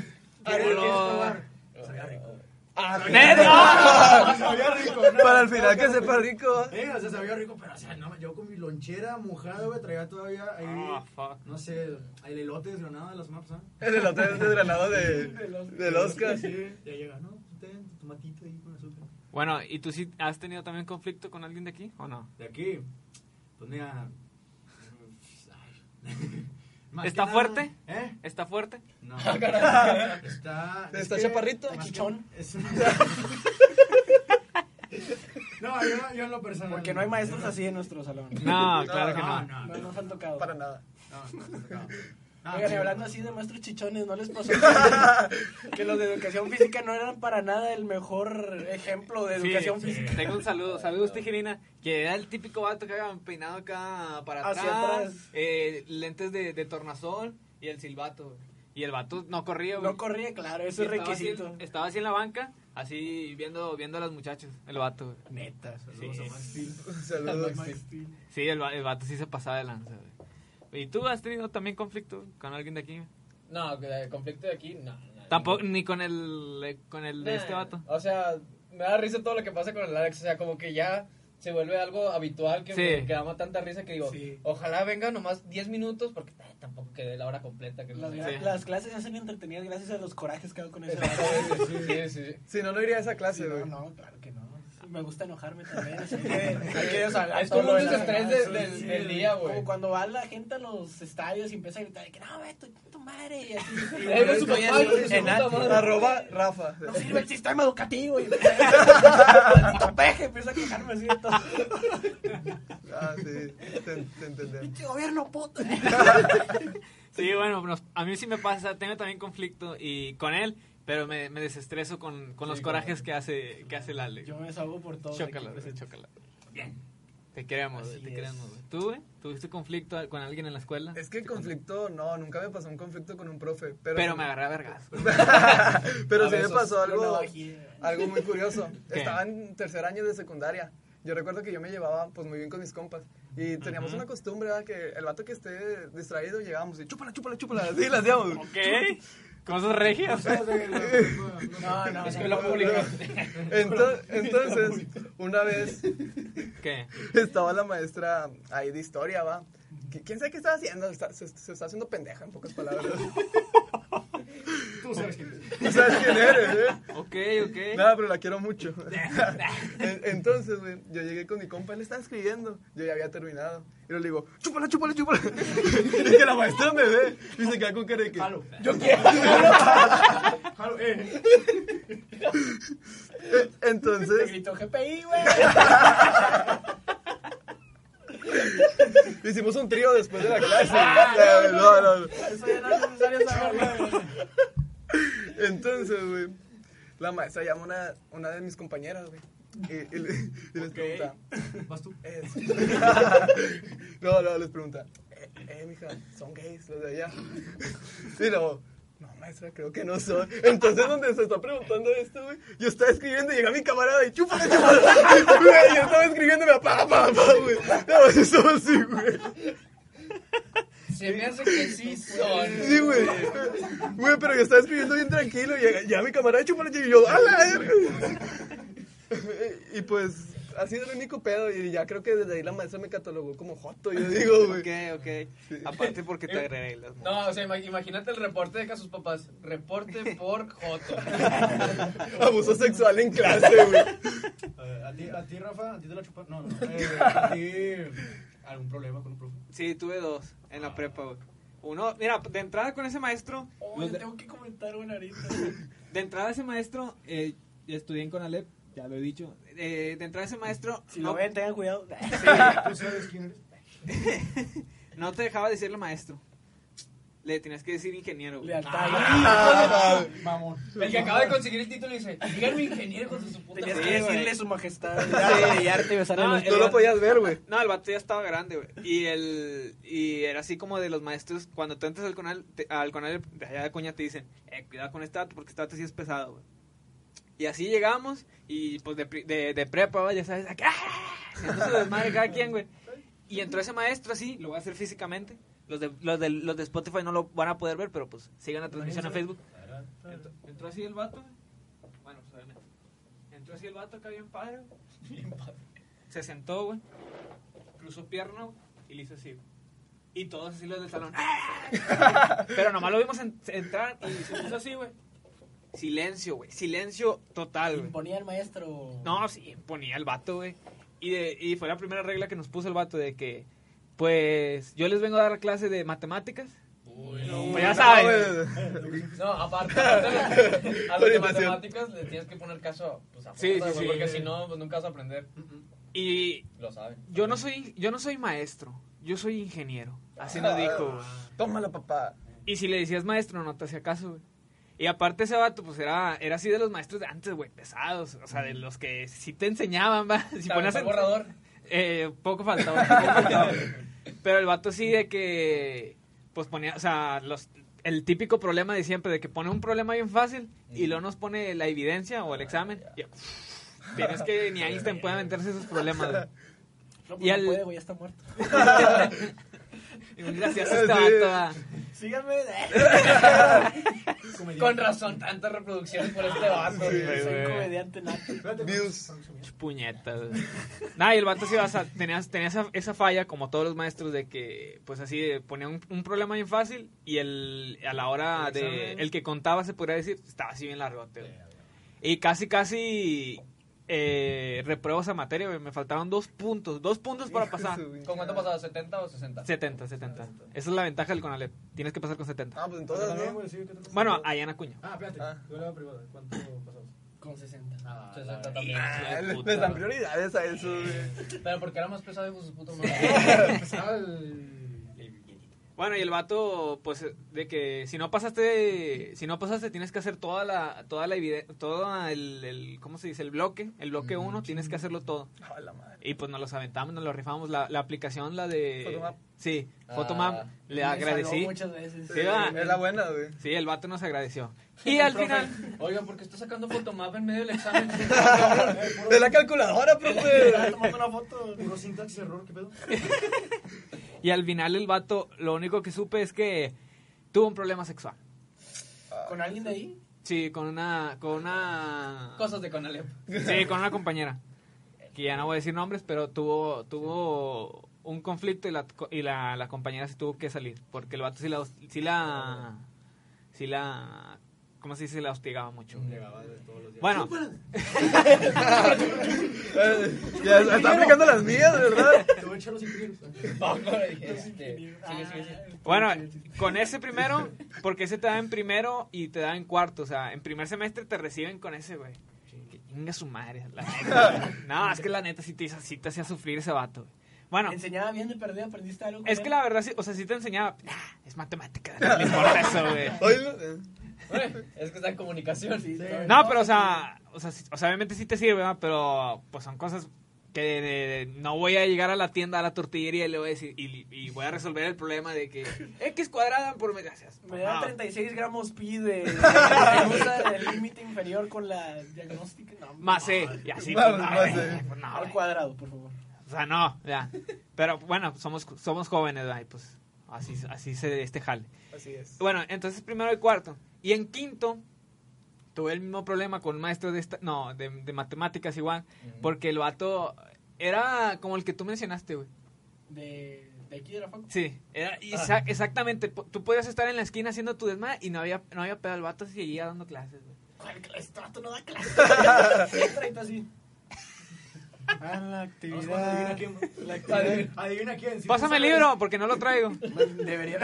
Speaker 3: Ah,
Speaker 5: ¿Quieres
Speaker 3: no.
Speaker 5: probar? Sabía rico.
Speaker 6: [laughs]
Speaker 3: ¡Neta!
Speaker 5: Sabía rico. Ah, no,
Speaker 6: Para al final
Speaker 5: no,
Speaker 6: que
Speaker 5: no,
Speaker 6: sepa rico.
Speaker 5: Eh, o sea, sabía rico, pero o sea, no, yo con mi lonchera mojada, güey, traía todavía ahí,
Speaker 3: Ah, fuck.
Speaker 5: no sé, el elote desgranado de las maps, ¿ah?
Speaker 6: El elote es
Speaker 5: [laughs]
Speaker 6: desgranado de, del Oscar.
Speaker 5: Sí, ya llega, ¿no? pues, Ten tu tomatito ahí con azúcar.
Speaker 3: Bueno, ¿y tú sí has tenido también conflicto con alguien de aquí o no?
Speaker 5: De aquí, pues mira. ay. Más
Speaker 3: ¿Está
Speaker 5: que nada-
Speaker 3: fuerte?
Speaker 5: ¿Eh?
Speaker 3: ¿Está [laughs] fuerte?
Speaker 5: No.
Speaker 4: [laughs] Ah,
Speaker 5: está.
Speaker 6: ¿Está chaparrito?
Speaker 5: más que-
Speaker 4: ¿Chichón?
Speaker 5: es- [laughs] no, yo, yo en lo personal.
Speaker 4: Porque no hay maestros
Speaker 5: yo
Speaker 4: así en nuestro salón.
Speaker 3: No,
Speaker 6: No,
Speaker 3: claro que no.
Speaker 5: No, no,
Speaker 4: No
Speaker 5: no.
Speaker 4: nos han tocado.
Speaker 6: Para nada.
Speaker 5: no, no, no. Ah,
Speaker 4: Oigan, y
Speaker 5: sí.
Speaker 4: hablando así de maestros chichones, ¿no les pasó que, que los de educación física no eran para nada el mejor ejemplo de
Speaker 3: Sí,
Speaker 4: educación
Speaker 3: sí.
Speaker 4: física?
Speaker 3: Tengo un saludo, saludos tijerina, que era el típico vato que había peinado acá para
Speaker 4: Hacia
Speaker 3: atrás,
Speaker 4: atrás.
Speaker 3: eh, lentes de, de tornasol y el silbato. Y el vato no corría, güey.
Speaker 4: No corría, claro, eso
Speaker 3: Y
Speaker 4: es
Speaker 3: estaba así en-
Speaker 4: requisito.
Speaker 3: estaba así en la banca, así viendo, viendo a los muchachos, el vato. güey.
Speaker 4: Neta,
Speaker 5: Saludos a Max Steel.
Speaker 6: Saludos.
Speaker 3: Sí, el, va- el vato sí se pasaba de lanza, güey. ¿Y tú has tenido también conflicto con alguien de aquí?
Speaker 1: No, que el conflicto de aquí, no. no.
Speaker 3: Tampoco, ni con el, eh, con el de
Speaker 1: Nah,
Speaker 3: este vato.
Speaker 1: O sea, me da risa todo lo que pasa con el Alex. O sea, como que ya se vuelve algo habitual que,
Speaker 3: Sí.
Speaker 1: me- que damos tanta risa que digo,
Speaker 4: Sí.
Speaker 1: ojalá venga nomás 10 minutos porque eh, tampoco que dé la hora completa. Que no
Speaker 4: Las,
Speaker 1: sé.
Speaker 3: Sí.
Speaker 4: las clases se hacen entretenidas gracias a los corajes que hago con ese vato.
Speaker 1: Sí, sí, sí.
Speaker 6: Si no, no iría a esa
Speaker 4: Sí,
Speaker 6: clase,
Speaker 4: no,
Speaker 6: güey.
Speaker 4: no, claro que no. Me gusta enojarme también. así que [laughs] hay que desahogar
Speaker 1: Es como
Speaker 4: todo lo
Speaker 1: un
Speaker 4: de la
Speaker 1: desestrés
Speaker 4: semana,
Speaker 1: de-
Speaker 4: sí,
Speaker 1: del-
Speaker 4: sí,
Speaker 1: del
Speaker 4: güey.
Speaker 1: día, güey.
Speaker 4: Como cuando va la gente a los estadios y empieza a gritar de que no, ve tu, tu madre. Y así. y
Speaker 1: Eh,
Speaker 4: yo
Speaker 1: ve su
Speaker 4: estoy
Speaker 1: papá,
Speaker 4: así,
Speaker 1: hijo de su
Speaker 4: en
Speaker 1: puta
Speaker 4: alto.
Speaker 6: [laughs]
Speaker 1: madre.
Speaker 6: Arroba Rafa. [laughs]
Speaker 4: No sirve el sistema educativo. Y [laughs] maldito peje, empieza a quejarme así de todo.
Speaker 6: Ah, sí. Te, te entendemos.
Speaker 4: Pinche gobierno puto.
Speaker 3: Sí, bueno, nos- a mí sí me pasa, tengo también conflicto y con él, pero me, me desestreso con, con los corajes que hace que hace el Alex.
Speaker 4: Yo me desahogo por todo. pues,
Speaker 3: Chócala, güey, chócala. Te queremos, güey,
Speaker 4: Así
Speaker 3: te
Speaker 4: es.
Speaker 3: queremos. güey. ¿Tú, güey? ¿Tuviste conflicto a- con alguien en la escuela?
Speaker 6: Es que el conflicto, no, nunca me pasó un conflicto con un profe. Pero,
Speaker 3: Pero me agarré a
Speaker 4: [laughs]
Speaker 3: vergas.
Speaker 6: pero
Speaker 1: A
Speaker 6: sí me
Speaker 1: besos.
Speaker 6: pasó algo,
Speaker 4: Algo.
Speaker 6: algo muy curioso.
Speaker 3: ¿Qué?
Speaker 6: Estaba en tercer año de secundaria. Yo recuerdo que yo me llevaba pues muy bien con mis compas. Y teníamos una costumbre, ¿verdad? Que el vato que esté distraído llegábamos y chúpala, chúpala, chúpala. Así las hacíamos.
Speaker 3: Ok. Cosas regias.
Speaker 4: [laughs] No, no, no.
Speaker 1: Escuela
Speaker 6: [laughs]
Speaker 1: pública.
Speaker 6: Entonces, entonces, una vez
Speaker 3: [laughs] ¿Qué?
Speaker 6: [laughs] estaba la maestra ahí de historia, va. Qui- ¿Quién sabe qué estaba haciendo? Está- se, se está haciendo pendeja, en pocas palabras. [laughs]
Speaker 5: Tú sabes que.
Speaker 6: Tú sabes quién eres, ¿eh?
Speaker 3: Ok, ok.
Speaker 6: Nada, pero la
Speaker 5: [laughs]
Speaker 6: quiero mucho. En- Entonces, güey, yo llegué con mi compa, él estaba escribiendo. Yo ya había terminado. Y le digo, chúpala, chúpala, chúpala. [laughs] y que la maestra me ve. Y se queda con cara de que.
Speaker 5: Jalo.
Speaker 6: Yo quiero.
Speaker 5: [laughs] Jalo, eh.
Speaker 6: [laughs] Eh,
Speaker 4: Te
Speaker 6: Entonces,
Speaker 4: gritó GPI, güey.
Speaker 6: hicimos un trío después de la clase. [laughs] No, no, no.
Speaker 4: Eso ya Ah, no es necesario saberlo. güey.
Speaker 6: [laughs] Entonces, güey, la maestra llama a una, una de mis compañeras, güey. Y, y le- y les pregunta.
Speaker 5: Vas tú.
Speaker 6: "Es-" [laughs] no, no, les pregunta. Eh, eh, mija, son gays los de allá. Y luego, no, maestra, creo que no son. Entonces, donde se está preguntando esto, güey, yo estaba escribiendo y llega mi camarada y chúpale, chúpale. [laughs] Güey, yo estaba escribiendo y me apaga, pa, pa, güey. No, yo estaba así, güey.
Speaker 1: Se me hace que sí son.
Speaker 6: Sí, güey. Güey, pero yo estaba escribiendo bien tranquilo y llega- ya mi camarada chúpale y yo, ¡a la verga! Y pues, ha sido el único pedo y ya creo que desde ahí la maestra me catalogó como joto, yo digo, güey.
Speaker 3: Ok, ok. Aparte porque te agregué las mo-
Speaker 1: No, o sea, ima- imagínate el reporte de que a sus papás. Reporte por Joto.
Speaker 4: [laughs]
Speaker 6: Abuso sexual en clase, güey.
Speaker 4: [laughs]
Speaker 5: A ver, a eh, ti, a ti, Rafa, a ti te la chupa. No, no. eh, a ti.
Speaker 1: algún problema con un profe?
Speaker 3: Sí, tuve dos en la prepa, güey. Uno, mira, de entrada con ese maestro,
Speaker 4: Oh, yo tengo que comentar una ahorita.
Speaker 3: de entrada ese maestro, eh, estudié en Conalep, ya lo he dicho. Eh, de entrada ese maestro,
Speaker 4: Si
Speaker 3: no-
Speaker 4: lo ven, tengan cuidado.
Speaker 5: Ah. ¿Tú sabes quién eres?
Speaker 3: No te dejaba decirle maestro. Le tenías que decir ingeniero. güey.
Speaker 4: Lealtad.
Speaker 5: Mamón.
Speaker 1: El que acaba de conseguir el título dice, díganme ingeniero con su puta
Speaker 4: Tenías
Speaker 3: Sí,
Speaker 4: que
Speaker 1: madre".
Speaker 4: decirle
Speaker 3: güey.
Speaker 4: su majestad.
Speaker 3: Ah,
Speaker 4: Arrodillarte y besarle
Speaker 3: No,
Speaker 4: los
Speaker 3: el-
Speaker 6: No lo podías ver, güey.
Speaker 3: No, el vato ya estaba grande, güey. Y el y era así como de los maestros, cuando tú entras al canal al canal de allá de coña te dicen, "Eh, cuidado con este vato porque este vato sí es pesado, güey." Y así llegamos y pues de, pri- de, de prepa, güey, ya sabes, acá entonces desmadre cada quien, güey. Y entró ese maestro así, lo voy a hacer físicamente. Los de, los, de, los de Spotify no lo van a poder ver, pero pues sigan la transmisión a Facebook. Entró, entró así el vato, güey. Bueno, pues obviamente. Entró así el vato acá bien padre, güey. Se sentó, güey. Cruzó pierna, güey, Y le hizo así, güey. Y todos así los del salón. [laughs] ¡ah! Pero nomás lo vimos en- entrar y se puso así, güey. Silencio, güey. Silencio total, güey.
Speaker 4: Imponía el maestro.
Speaker 3: No, sí, ponía el vato, güey. Y, de- y fue la primera regla que nos puso el vato de que, pues, yo les vengo a dar la clase de matemáticas. pues ya saben.
Speaker 1: No, aparte, aparte, a los de
Speaker 6: Orientación.
Speaker 1: matemáticas le tienes que poner caso pues, a
Speaker 3: Sí,
Speaker 1: fondo,
Speaker 3: sí,
Speaker 1: güey,
Speaker 3: sí.
Speaker 1: porque si no, pues nunca vas a aprender.
Speaker 3: Y
Speaker 1: Lo saben.
Speaker 3: yo no soy, yo no soy maestro, yo soy ingeniero. Así
Speaker 6: Ah.
Speaker 3: nos dijo, güey.
Speaker 6: Tómala, papá.
Speaker 3: Y si le decías maestro, no te hacía caso, güey. Y aparte ese vato, pues era, era así de los maestros de antes, güey, pesados. O sea, de los que sí te enseñaban, [laughs] va. Si
Speaker 1: Te
Speaker 3: ponías
Speaker 1: aventó el borrador.
Speaker 3: Eh, poco faltaba, poco faltaba. Pero el vato sí de que, pues ponía, o sea, los, el típico problema de siempre, de que pone un problema bien fácil y luego nos pone la evidencia o el examen. Y, uff, tienes que ni Einstein puede meterse esos problemas, güey.
Speaker 4: No,
Speaker 3: Y
Speaker 4: pues
Speaker 3: al-
Speaker 4: no puede, güey, ya está muerto.
Speaker 3: Y un gracioso este vato, va.
Speaker 4: Síganme. [laughs]
Speaker 1: Con razón, tantas reproducciones por este vato. güey.
Speaker 4: Soy
Speaker 3: güey.
Speaker 4: comediante nato.
Speaker 6: Views.
Speaker 3: Puñetas. [laughs] Nada, y el vato sí vas a, tenía, tenía esa, esa falla, como todos los maestros, de que, pues así, de- ponía un, un problema bien fácil y el, a la hora de. El que contaba, se podría decir, estaba así bien largote. güey. Y casi, casi. Eh, repruebo esa materia, güey, me faltaron dos puntos. Dos puntos para pasar.
Speaker 1: ¿Con cuánto pasaba? ¿70 o 60?
Speaker 3: 70, 70. Esa es la ventaja del Conalep. Tienes que pasar con 70.
Speaker 6: Ah, pues entonces, ¿no?
Speaker 3: Bueno, allá en Acuña.
Speaker 5: Ah, espérate. Yo le hago privada. ¿Cuánto pasamos?
Speaker 4: Con 60.
Speaker 1: 60 también.
Speaker 6: Ah,
Speaker 3: Hijo de
Speaker 6: le-
Speaker 3: puta,
Speaker 6: Les dan
Speaker 3: güey.
Speaker 6: prioridades a eso, güey.
Speaker 1: Pero porque era más pesado hijo de su puta
Speaker 5: Empezaba el...
Speaker 3: Bueno, y el vato, pues, de que si no pasaste, si no pasaste, tienes que hacer toda la, toda la eviden- todo el, el- ¿cómo se dice? El bloque, el bloque 1, tienes que hacerlo todo.
Speaker 6: A la madre.
Speaker 3: Y pues nos los aventamos, nos lo rifamos. La, la aplicación, la de...
Speaker 6: Photomap.
Speaker 3: Sí,
Speaker 1: Ah.
Speaker 3: Photomap, le agradecí.
Speaker 4: Muchas veces.
Speaker 3: Sí, va.
Speaker 6: Es la buena, güey. [laughs]
Speaker 3: Sí, el vato nos agradeció. [laughs] Y al final...
Speaker 1: Oiga, ¿por qué está sacando fotomap en medio del examen? [laughs]
Speaker 6: De la calculadora, profe.
Speaker 5: Tomando una foto. Puro sintaxis error, ¿qué pedo?
Speaker 3: Y al final el vato, lo único que supe es que tuvo un problema sexual.
Speaker 4: ¿Con alguien de ahí?
Speaker 3: Sí, con una... Con una...
Speaker 1: Cosas de Conalep. [laughs]
Speaker 3: Sí, con una compañera. Que ya no voy a decir nombres, pero tuvo tuvo un conflicto y la, y la, la compañera se tuvo que salir. Porque el vato sí la... hos- Sí la, sí la ¿Cómo se dice? La hostigaba mucho. Bueno,
Speaker 6: Eh, Ya está aplicando las mías, de ¿verdad?
Speaker 5: Te voy a echar los ingenieros.
Speaker 4: Ah,
Speaker 3: bueno, con ese primero, porque ese te da en primero y te da en cuarto. O sea, en primer semestre te reciben con ese, güey. Que chinga su madre, la neta. No, es que la neta sí te, hizo- sí te hacía sufrir ese vato, güey. Bueno,
Speaker 4: ¿Enseñaba bien de perdido? ¿Aprendiste algo? con
Speaker 3: Es que
Speaker 4: él?
Speaker 3: la verdad, sí, o sea, sí te enseñaba. "Ah, es matemática, no le
Speaker 6: [laughs]
Speaker 3: importa eso, güey.
Speaker 6: Oílo.
Speaker 1: Es que está en comunicación.
Speaker 3: No, pero, o sea, o sea, sí- o sea, obviamente sí te sirve, ¿verdad? pero pues son cosas que eh, no voy a llegar a la tienda, a la tortillería y le voy a decir, y, y voy a resolver el problema de que X cuadrada por medio. Gracias.
Speaker 4: Me da
Speaker 3: No.
Speaker 4: 36 gramos pi
Speaker 3: [laughs]
Speaker 4: de. de- usa el límite inferior con la diagnóstica. No,
Speaker 3: Más C, y así.
Speaker 6: Más-
Speaker 3: pues, no,
Speaker 6: más
Speaker 3: güey,
Speaker 6: E.
Speaker 3: pues, no,
Speaker 4: Al
Speaker 3: güey.
Speaker 4: cuadrado, por favor.
Speaker 3: o sea, no, ya. Pero bueno, somos, somos jóvenes, ¿verdad? Y, pues así, así se este jale.
Speaker 6: Así es. [laughs]
Speaker 3: Bueno, entonces primero y cuarto. Y en quinto, tuve el mismo problema con un maestro de, esta, no, de, de matemáticas igual, porque el vato era como el que tú mencionaste, güey.
Speaker 4: De, de aquí de la facu.
Speaker 3: Sí, era exa- exactamente. po- Tú podías estar en la esquina haciendo tu desmadre y no había, no había pedo. El vato seguía dando clases, güey. [laughs]
Speaker 4: ¿Cuál clase? Este vato no da clase. Entra y está así.
Speaker 5: Ah,
Speaker 4: A la
Speaker 5: Adivina
Speaker 4: actividad.
Speaker 5: quién.
Speaker 4: La actividad.
Speaker 5: Adivina quién. Si
Speaker 3: Pásame el
Speaker 5: no pues, sabes,
Speaker 3: libro, porque no lo traigo.
Speaker 5: [laughs]
Speaker 4: Debería.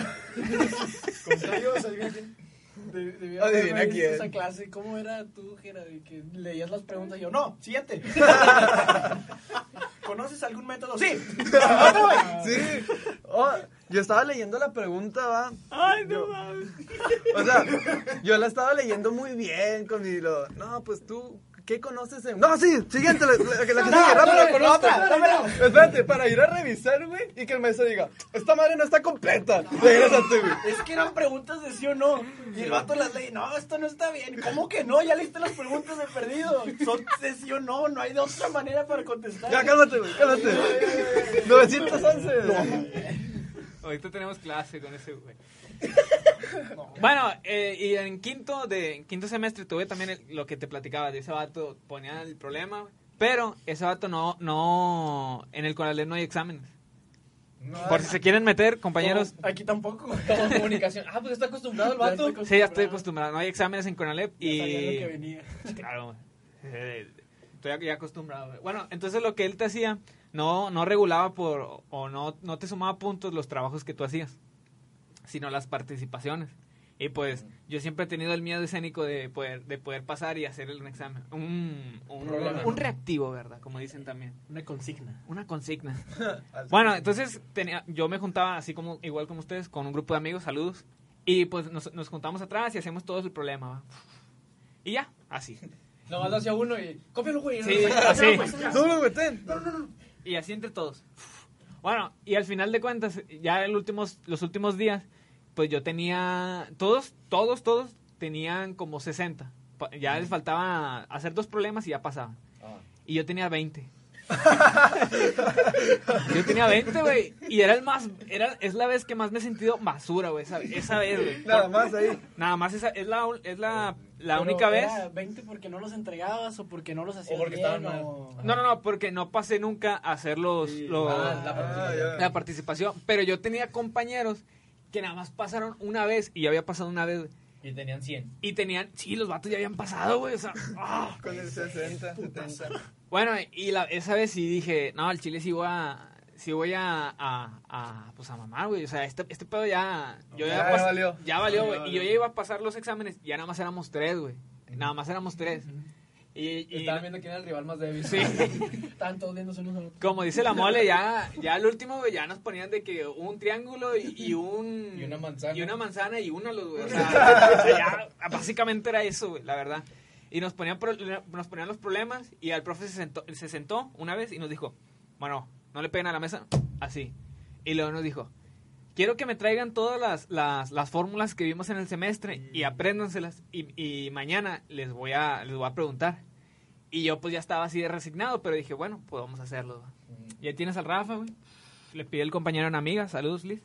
Speaker 5: Contrarios, adivina quién.
Speaker 4: De,
Speaker 6: Adivina
Speaker 4: debía haberme visto
Speaker 6: quién.
Speaker 4: Esa clase, ¿cómo era tú, Gerard? De Que leías las preguntas y yo, no, siguiente.
Speaker 3: [laughs]
Speaker 4: ¿Conoces algún método? Sí.
Speaker 6: Sí. Oh, yo estaba leyendo la pregunta, va.
Speaker 3: Ay, no mames.
Speaker 6: O sea, yo la estaba leyendo muy bien con mi lo- No, pues tú, ¿qué conoces? en- No, sí, siguiente, la, la que la que sigue, rápido, con la otra. Espérate, para ir a revisar, güey, y que el maestro diga, esta madre no está completa. Regrésate, güey.
Speaker 4: Es que eran preguntas de sí o no. Y el vato las leí. No, esto no está bien. ¿Cómo que no? Ya leíste las preguntas de perdido. Son de sí o no. No hay de otra manera para contestar.
Speaker 6: Ya, cálmate, güey, cálmate. 911.
Speaker 3: Ahorita tenemos clase con ese güey. Bueno, eh, y en quinto, de, en quinto semestre tuve también el- lo que te platicaba, de ese vato ponía el problema, pero ese vato no, no, en el Coralé no hay exámenes. Por si se quieren meter, compañeros,
Speaker 4: No, Aquí tampoco.
Speaker 1: Todo comunicación. Ah, pues está acostumbrado el vato.
Speaker 3: sí, ya estoy acostumbrado, no hay exámenes en Conalep
Speaker 4: Ya sabía
Speaker 3: y...
Speaker 4: lo que venía.
Speaker 3: Claro. eh, Estoy ya acostumbrado. güey. Bueno, entonces lo que él te hacía no, no regulaba por o no, no te sumaba puntos los trabajos que tú hacías, sino las participaciones. Y pues yo siempre he tenido el miedo escénico de poder, de poder pasar y hacer un examen. Un, un,
Speaker 1: Problema.
Speaker 3: un reactivo, ¿verdad? Como dicen también.
Speaker 4: Una consigna.
Speaker 3: Una consigna. bueno, entonces tenía, yo me juntaba así como, igual como ustedes, con un grupo de amigos, saludos. Y pues nos, nos juntamos atrás y hacemos todo el problema. ¿va? Y ya, así.
Speaker 1: Nomás lo hacía uno y. Cópialo, güey.
Speaker 3: Sí, así. pues,
Speaker 6: Solo, güey, ten.
Speaker 3: Y así entre todos. Bueno, y al final de cuentas, ya el últimos, los últimos días, pues yo tenía, todos, todos, todos tenían como 60. Pa- Ya les faltaba hacer dos problemas y ya pasaban.
Speaker 1: Ah.
Speaker 3: Y yo tenía 20. yo tenía 20, güey. Y era el más, era, es la vez que más me he sentido basura, güey. Esa, esa vez, güey.
Speaker 6: Nada más ahí.
Speaker 3: Nada más esa, es la, es la, la
Speaker 4: Pero
Speaker 3: única vez.
Speaker 4: era 20 porque no los entregabas o porque no los hacías
Speaker 1: porque
Speaker 4: bien,
Speaker 1: estaban mal.
Speaker 4: o-
Speaker 3: No, no, no, porque no pasé nunca a hacer los, los-
Speaker 1: Ah, la
Speaker 6: Ah,
Speaker 1: participación.
Speaker 3: la
Speaker 6: ya.
Speaker 3: participación. Pero yo tenía compañeros que nada más pasaron una vez y ya había pasado una vez.
Speaker 1: Y tenían 100.
Speaker 3: Y tenían, sí, los vatos ya habían pasado, güey. O sea, ah.
Speaker 6: Con el 60, 70.
Speaker 3: Bueno, y la, esa vez sí dije, no, al chile sí voy a, sí voy a, a, a, pues a mamar, güey. O sea, este, este pedo ya, yo
Speaker 6: Ya, ya
Speaker 3: pas-
Speaker 6: valió.
Speaker 3: Ya valió,
Speaker 5: Ya
Speaker 3: güey. Y yo
Speaker 5: valió.
Speaker 3: ya iba a pasar los exámenes, ya nada más éramos tres, güey. Nada más éramos tres. Y, y-
Speaker 1: Estaban viendo quién era el rival más débil. [laughs]
Speaker 3: sí.
Speaker 4: Estaban todos viéndose unos al otro.
Speaker 3: Como dice la mole, ya, ya al último, güey, ya nos ponían de que un triángulo y, y un...
Speaker 1: Y una manzana.
Speaker 3: Mm. Y una manzana y una luz, güey. O
Speaker 1: [laughs]
Speaker 3: sea, o sea, ya, básicamente era eso, güey, la verdad. Y nos ponían, pro- nos ponían los problemas y al profe se sentó, se sentó una vez y nos dijo, bueno, no le peguen a la mesa, así. Y luego nos dijo, quiero que me traigan todas las, las, las fórmulas que vimos en el semestre
Speaker 1: Mm.
Speaker 3: y apréndanselas y, y mañana les voy, a, les voy a preguntar. Y yo pues ya estaba así de resignado, pero dije, bueno, pues vamos a hacerlo. va.
Speaker 1: Mm.
Speaker 3: Ya tienes al Rafa, güey. Le pide el compañero a una amiga. Saludos, Liz.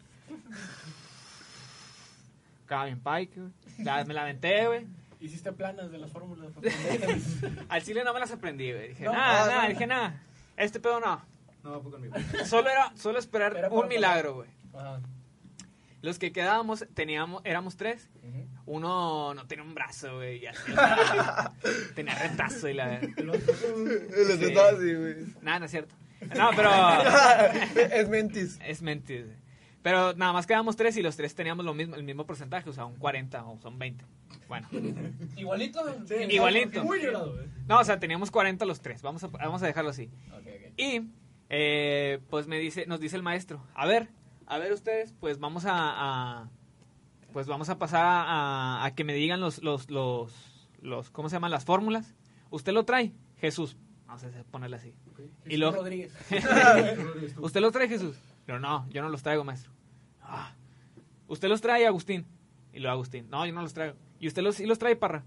Speaker 3: Acaba bien Pike, güey. Ya me la aventé, güey.
Speaker 4: Hiciste planas de las fórmulas. para [laughs] aprender.
Speaker 3: Al chile no me las aprendí, güey. Dije,
Speaker 4: No,
Speaker 3: nada,
Speaker 4: no,
Speaker 3: nada,
Speaker 4: no.
Speaker 3: dije, nada. Este pedo no.
Speaker 5: No, va [laughs] conmigo.
Speaker 3: Solo era, solo esperar
Speaker 4: Era
Speaker 3: un
Speaker 4: para-
Speaker 3: milagro, güey.
Speaker 1: Ajá.
Speaker 3: Los que quedábamos, teníamos, éramos tres.
Speaker 1: Ujú.
Speaker 3: Uno no tenía un brazo, güey. y
Speaker 4: [laughs]
Speaker 3: así, o sea, tenía retazo y la...
Speaker 6: El 70 así, güey.
Speaker 3: Nada, no es cierto. No,
Speaker 4: [laughs]
Speaker 3: pero...
Speaker 6: [laughs] Es mentis.
Speaker 3: Es mentira. Pero nada más quedamos tres y los tres teníamos lo mismo, el mismo porcentaje, o sea, un 40 o son 20. Bueno,
Speaker 1: Igualito.
Speaker 3: igualito.
Speaker 5: Muy llorado, eh.
Speaker 3: No, o sea, teníamos 40 los tres, vamos a, vamos a dejarlo así.
Speaker 1: Ok, ok.
Speaker 3: Y eh, pues me dice, nos dice el maestro, a ver, a ver ustedes, pues vamos a, a- pues vamos a pasar a, a- a que me digan los, los, los, los, ¿cómo se llaman? Las fórmulas. ¿Usted lo trae? Jesús. Vamos a ponerle así. Y
Speaker 4: Jesús
Speaker 3: lo-
Speaker 4: Rodríguez.
Speaker 3: ¿Usted los trae, Jesús? Pero no, yo no los traigo, maestro. "Ah, ¿Usted los trae, Agustín? Y luego Agustín, no, yo no los traigo. ¿Y usted los, sí los trae, Parra?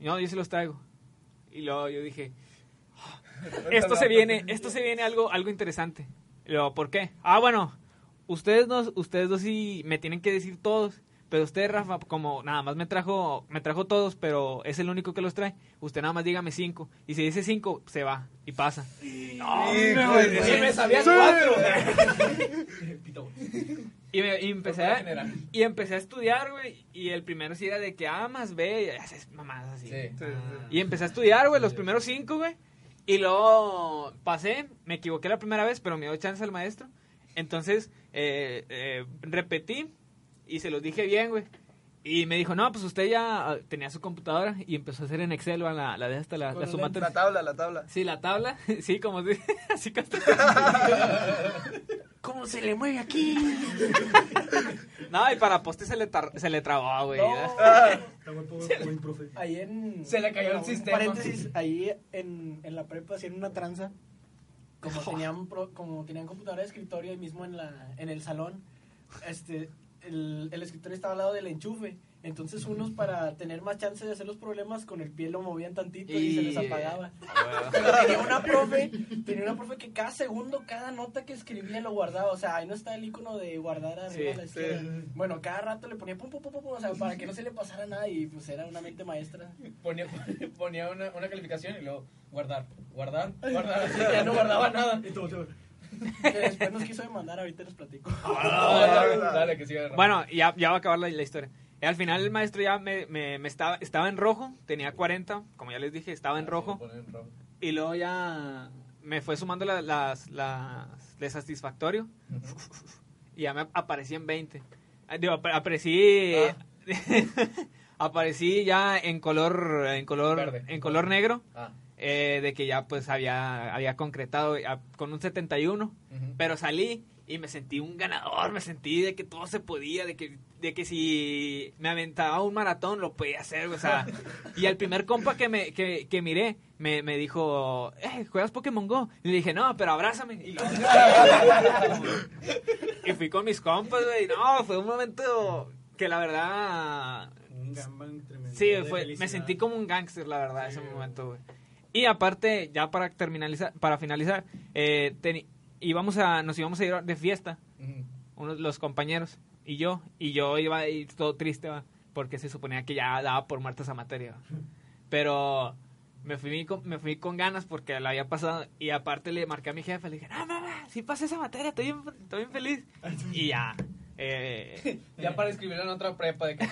Speaker 3: No, yo sí los traigo. Y luego yo dije, "Ah, esto se viene, esto se viene algo, algo interesante. Y luego, ¿por qué? Ah, bueno, ustedes dos, ustedes dos sí me tienen que decir todos. Pero usted, Rafa, como nada más me trajo, me trajo todos, pero es el único que los trae. Usted nada más dígame cinco. Y si dice cinco, se va y pasa.
Speaker 6: Hijo
Speaker 1: Sí,
Speaker 6: de-
Speaker 1: me sabía cuatro. Pito,
Speaker 3: Y, me- y empecé,
Speaker 1: Cultura
Speaker 3: a,
Speaker 1: general.
Speaker 3: y empecé a estudiar, güey. Y el primero sí era de que A más B, y haces mamadas así.
Speaker 1: Sí.
Speaker 3: Y empecé a estudiar, güey, los primeros cinco, güey. Y luego pasé, me equivoqué la primera vez, pero me dio chance al maestro. Entonces, eh, eh, repetí y se los dije bien, güey. Y me dijo, no, pues usted ya ah, tenía su computadora y empezó a hacer en Excel va, la, la de esta, la, la sumatoria.
Speaker 6: La tabla, la tabla.
Speaker 3: Sí, la tabla, [laughs] sí, como se- así que hasta...
Speaker 4: ¿Cómo se le mueve aquí?
Speaker 3: No, y para poste se le, tar- se le trabó, güey.
Speaker 6: Ah,
Speaker 5: Está buen PowerPoint, profe.
Speaker 4: Ahí en.
Speaker 1: Se le cayó el
Speaker 4: un
Speaker 1: sistema. [laughs]
Speaker 4: Paréntesis, ahí en, en la prepa hacían una tranza. Como tenían, pro- como tenían computadora de escritorio ahí mismo en, la, en el salón, este, el, el escritorio estaba al lado del enchufe. Entonces, unos para tener más chance de hacer los problemas, con el pie lo movían tantito y, se les
Speaker 3: Y-
Speaker 4: apagaba.
Speaker 3: Ah, güey.
Speaker 4: Pero tenía una profe, tenía una profe que cada segundo, cada nota que escribía lo guardaba. O sea, ahí no está el icono de guardar arriba
Speaker 3: Sí,
Speaker 4: a la izquierda. Bueno, cada rato le ponía pum, pum, pum, pum, pum, o sea, para que no se le pasara nada y pues era una mente maestra.
Speaker 1: Ponía, [laughs] ponía una, una calificación y luego guardar, guardar, guardar. así, ya no guardaba nada.
Speaker 5: Y todo, todo.
Speaker 4: Que después nos quiso demandar, ahorita les platico.
Speaker 1: Ah, Dale, dale, que siga. Rafa.
Speaker 3: Bueno, y ya, ya va a acabar la, la historia. Y al final el maestro ya me, me- me estaba, estaba en rojo, tenía 40, como ya les dije, estaba en rojo.
Speaker 1: Poner en rojo.
Speaker 3: Y luego ya me fue sumando la- las, las de satisfactorio. Y ya me aparecí en 20. Ah, Digo, ap- aparecí... [laughs] aparecí ya en color... En color,
Speaker 1: Verde.
Speaker 3: En color negro.
Speaker 1: Ah,
Speaker 3: eh, de que ya pues había, había concretado eh, con un 71.
Speaker 1: ujú.
Speaker 3: Pero salí y me sentí un ganador, me sentí de que todo se podía, de que, de que si me aventaba un maratón lo podía hacer, o sea. Y el primer compa que, me, que, que miré me, me dijo, eh, ¿juegas Pokémon Go? Y le dije, no, pero abrázame. Y, lo- y fui con mis compas, güey. No, fue un momento que la verdad...
Speaker 5: Un gambán tremendo.
Speaker 3: Sí,
Speaker 5: de
Speaker 3: fue, me
Speaker 5: felicidad.
Speaker 3: sentí como un gángster, la verdad,
Speaker 5: Sí,
Speaker 3: ese
Speaker 5: güey.
Speaker 3: momento, güey. Y aparte, ya para, terminalizar, para finalizar, eh, teni- íbamos a, nos íbamos a ir de fiesta
Speaker 1: Ujú.
Speaker 3: unos, los compañeros y yo, y yo iba a ir todo triste, va, porque se suponía que ya daba por muerta esa materia. va. Pero me fui, con, me fui con ganas porque la había pasado y aparte le marqué a mi jefe, le dije, no, mamá, si pasé esa materia, estoy bien, estoy bien feliz. Y ya. eh,
Speaker 1: Ya para escribir en otra prepa
Speaker 3: [laughs]
Speaker 1: de que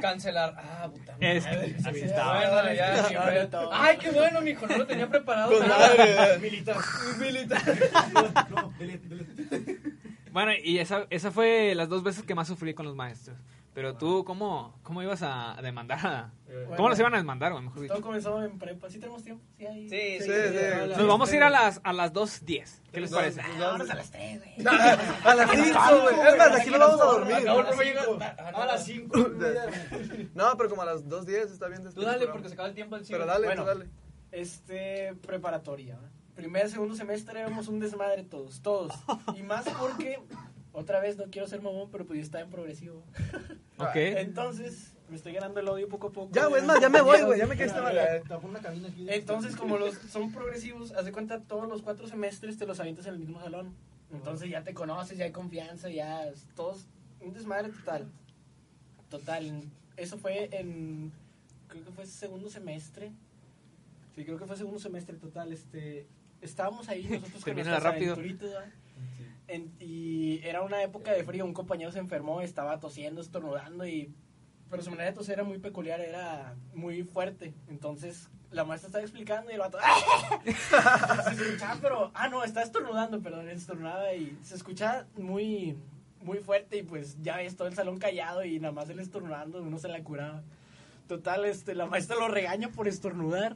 Speaker 1: cancelar. Ah, puta madre.
Speaker 3: Es- así
Speaker 1: Sí,
Speaker 3: estaba. [laughs]
Speaker 4: [laughs]
Speaker 1: Bueno, ya, sí, bueno. Ay, qué bueno, mijo, no lo tenía
Speaker 4: Pues
Speaker 1: preparado. nada.
Speaker 5: Militar. Militar. No, no, delete, delete.
Speaker 3: bueno, y esa, esa fue las dos veces que más sufrí con los maestros. Pero tú, ¿cómo, cómo ibas a demandar? a- ¿Cómo
Speaker 4: Bueno.
Speaker 3: los iban a demandar, güey, mejor dicho?
Speaker 4: Todo comenzó en prepa. ¿Sí tenemos tiempo? Sí, ahí.
Speaker 1: Sí,
Speaker 6: sí, sí.
Speaker 3: Nos vamos a ir a las, a las 2.10. ¿Qué les parece?
Speaker 4: Ah, vámonos a las tres, güey.
Speaker 6: A las 5, güey. Es más, aquí no vamos a dormir.
Speaker 1: Acabo el profe llega ah, no,
Speaker 5: A las
Speaker 3: [laughs]
Speaker 5: 5.
Speaker 6: No, pero como a las 2.10 está bien.
Speaker 1: Tú dale, porque se acaba el tiempo del cine.
Speaker 6: Pero dale,
Speaker 4: Bueno.
Speaker 6: tú dale.
Speaker 4: Este, preparatoria. ¿va? Primer, segundo semestre éramos un desmadre todos, todos. Y más porque, otra vez, no quiero ser mamón, pero pues yo estaba en progresivo.
Speaker 3: Ok.
Speaker 4: Entonces, me estoy ganando el odio poco a poco.
Speaker 6: Ya,
Speaker 4: de
Speaker 6: güey, es
Speaker 4: mis
Speaker 6: más, ya me voy,
Speaker 4: compañeros.
Speaker 6: güey. Ya me quedé este mal.
Speaker 5: Tapó una cabina aquí.
Speaker 4: Entonces, como los son progresivos, haz de cuenta todos los cuatro semestres te los avientas en el mismo salón. Entonces ya te conoces, ya hay confianza, ya es- todos un desmadre total. Total. Eso fue en creo que fue segundo semestre. Sí, creo que fue segundo semestre total, este estábamos ahí nosotros con
Speaker 3: Termínala
Speaker 4: nuestras
Speaker 3: rápido.
Speaker 4: aventuritas, ¿verdad? En- y era una época de frío, un compañero se enfermó, estaba tosiendo, estornudando y pero su manera de toser era muy peculiar, era muy fuerte. Entonces, la maestra estaba explicando y el vato... [laughs] se escuchaba, pero... Ah, no, está estornudando, perdón, estornudaba y se escuchaba muy, muy fuerte y pues ya ves todo el salón callado y nada más él estornudando, uno se la curaba. Total, este, la maestra lo regaña por estornudar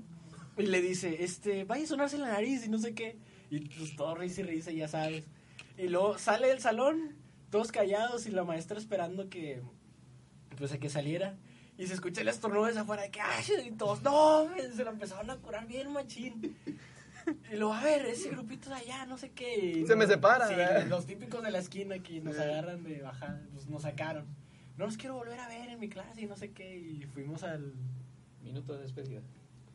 Speaker 4: y le dice, este, vaya a sonarse la nariz y no sé qué. Y pues todo risa y risa, ya sabes. Y luego sale del salón, todos callados y la maestra esperando que, pues a que saliera. Y se escucha el estornudo desde afuera, de que, ¡ay! Y todos, ¡no! hombre", Se lo empezaron a curar bien, machín. Y luego, a ver, ese grupito de allá, no sé qué. y
Speaker 6: Se
Speaker 4: no-
Speaker 6: me separa,
Speaker 4: sí,
Speaker 6: ¿verdad?
Speaker 4: los típicos de la esquina que nos
Speaker 6: Sí.
Speaker 4: agarran de bajada, pues nos sacaron. No los quiero volver a ver en mi clase y no sé qué. Y fuimos al...
Speaker 1: Minuto de despedida.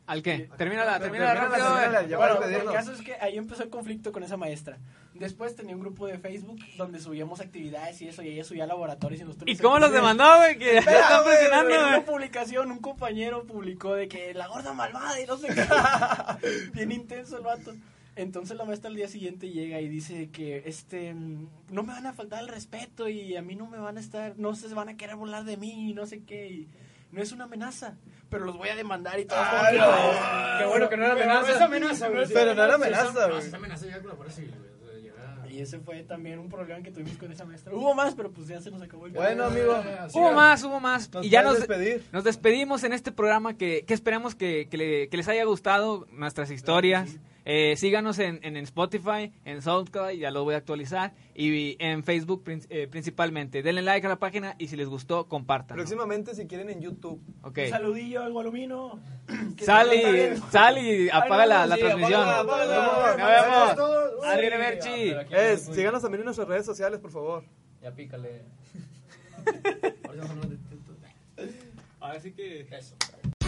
Speaker 3: ¿Al qué? Termínala, termínala
Speaker 6: Termínala,
Speaker 3: rápido.
Speaker 6: termínala,
Speaker 3: güey.
Speaker 6: ya
Speaker 4: eh. Bueno,
Speaker 6: para
Speaker 4: el
Speaker 6: despedirnos.
Speaker 4: caso es que ahí empezó el conflicto con esa maestra. Después tenía un grupo de Facebook donde subíamos actividades y eso, y ella subía laboratorios y nosotros...
Speaker 3: ¿Y cómo los demandó, güey? Que ya están
Speaker 6: güey,
Speaker 4: En
Speaker 3: presionando,
Speaker 4: una
Speaker 3: güey.
Speaker 4: publicación, un compañero publicó de que la gorda malvada y no sé
Speaker 3: [laughs]
Speaker 4: qué. Bien intenso el vato. Entonces la maestra al día siguiente llega y dice que este mm, no me van a faltar el respeto y a mí no me van a estar, no se van a querer burlar de mí y no sé qué. Y no es una amenaza, pero los voy a demandar y todo.
Speaker 2: Ah,
Speaker 4: Qué
Speaker 2: no.
Speaker 4: bueno, Qué bueno que no era
Speaker 3: Pero no
Speaker 4: amenaza.
Speaker 3: es amenaza, güey.
Speaker 6: Pero no era amenaza,
Speaker 5: No,
Speaker 6: güey.
Speaker 5: esa amenaza llega con la fuerza civil, güey. o sea, llega-
Speaker 4: Y ese fue también un problema que tuvimos con esa maestra. Hubo más, pero pues ya se nos acabó el
Speaker 6: Bueno,
Speaker 4: tiempo.
Speaker 6: amigo,
Speaker 5: Ah, sí,
Speaker 3: Hubo
Speaker 5: ya.
Speaker 3: más, hubo más.
Speaker 6: nos
Speaker 3: y ya nos,
Speaker 6: puedes despedir.
Speaker 3: nos despedimos en este programa que, que esperamos que, que le- que les haya gustado nuestras historias. Eh, síganos en, en Spotify, en SoundCloud, ya lo voy a actualizar, y en Facebook prin- eh, principalmente. Denle like a la página y si les gustó, compartan.
Speaker 6: Próximamente, si quieren, en YouTube.
Speaker 4: Un saludillo al Gualomino. Que está
Speaker 3: Sal
Speaker 4: bien.
Speaker 3: y, sal y apaga la, la
Speaker 6: sí,
Speaker 3: transmisión.
Speaker 6: apágala,
Speaker 5: apágala.
Speaker 3: Nos vemos.
Speaker 5: Todos, uy.
Speaker 3: Arrivederci.
Speaker 1: Pero aquí no
Speaker 6: Eh,
Speaker 1: se puede.
Speaker 6: síganos también en nuestras redes sociales, por favor.
Speaker 1: Ya pícale.
Speaker 5: Ahorita vamos a hablar de teto.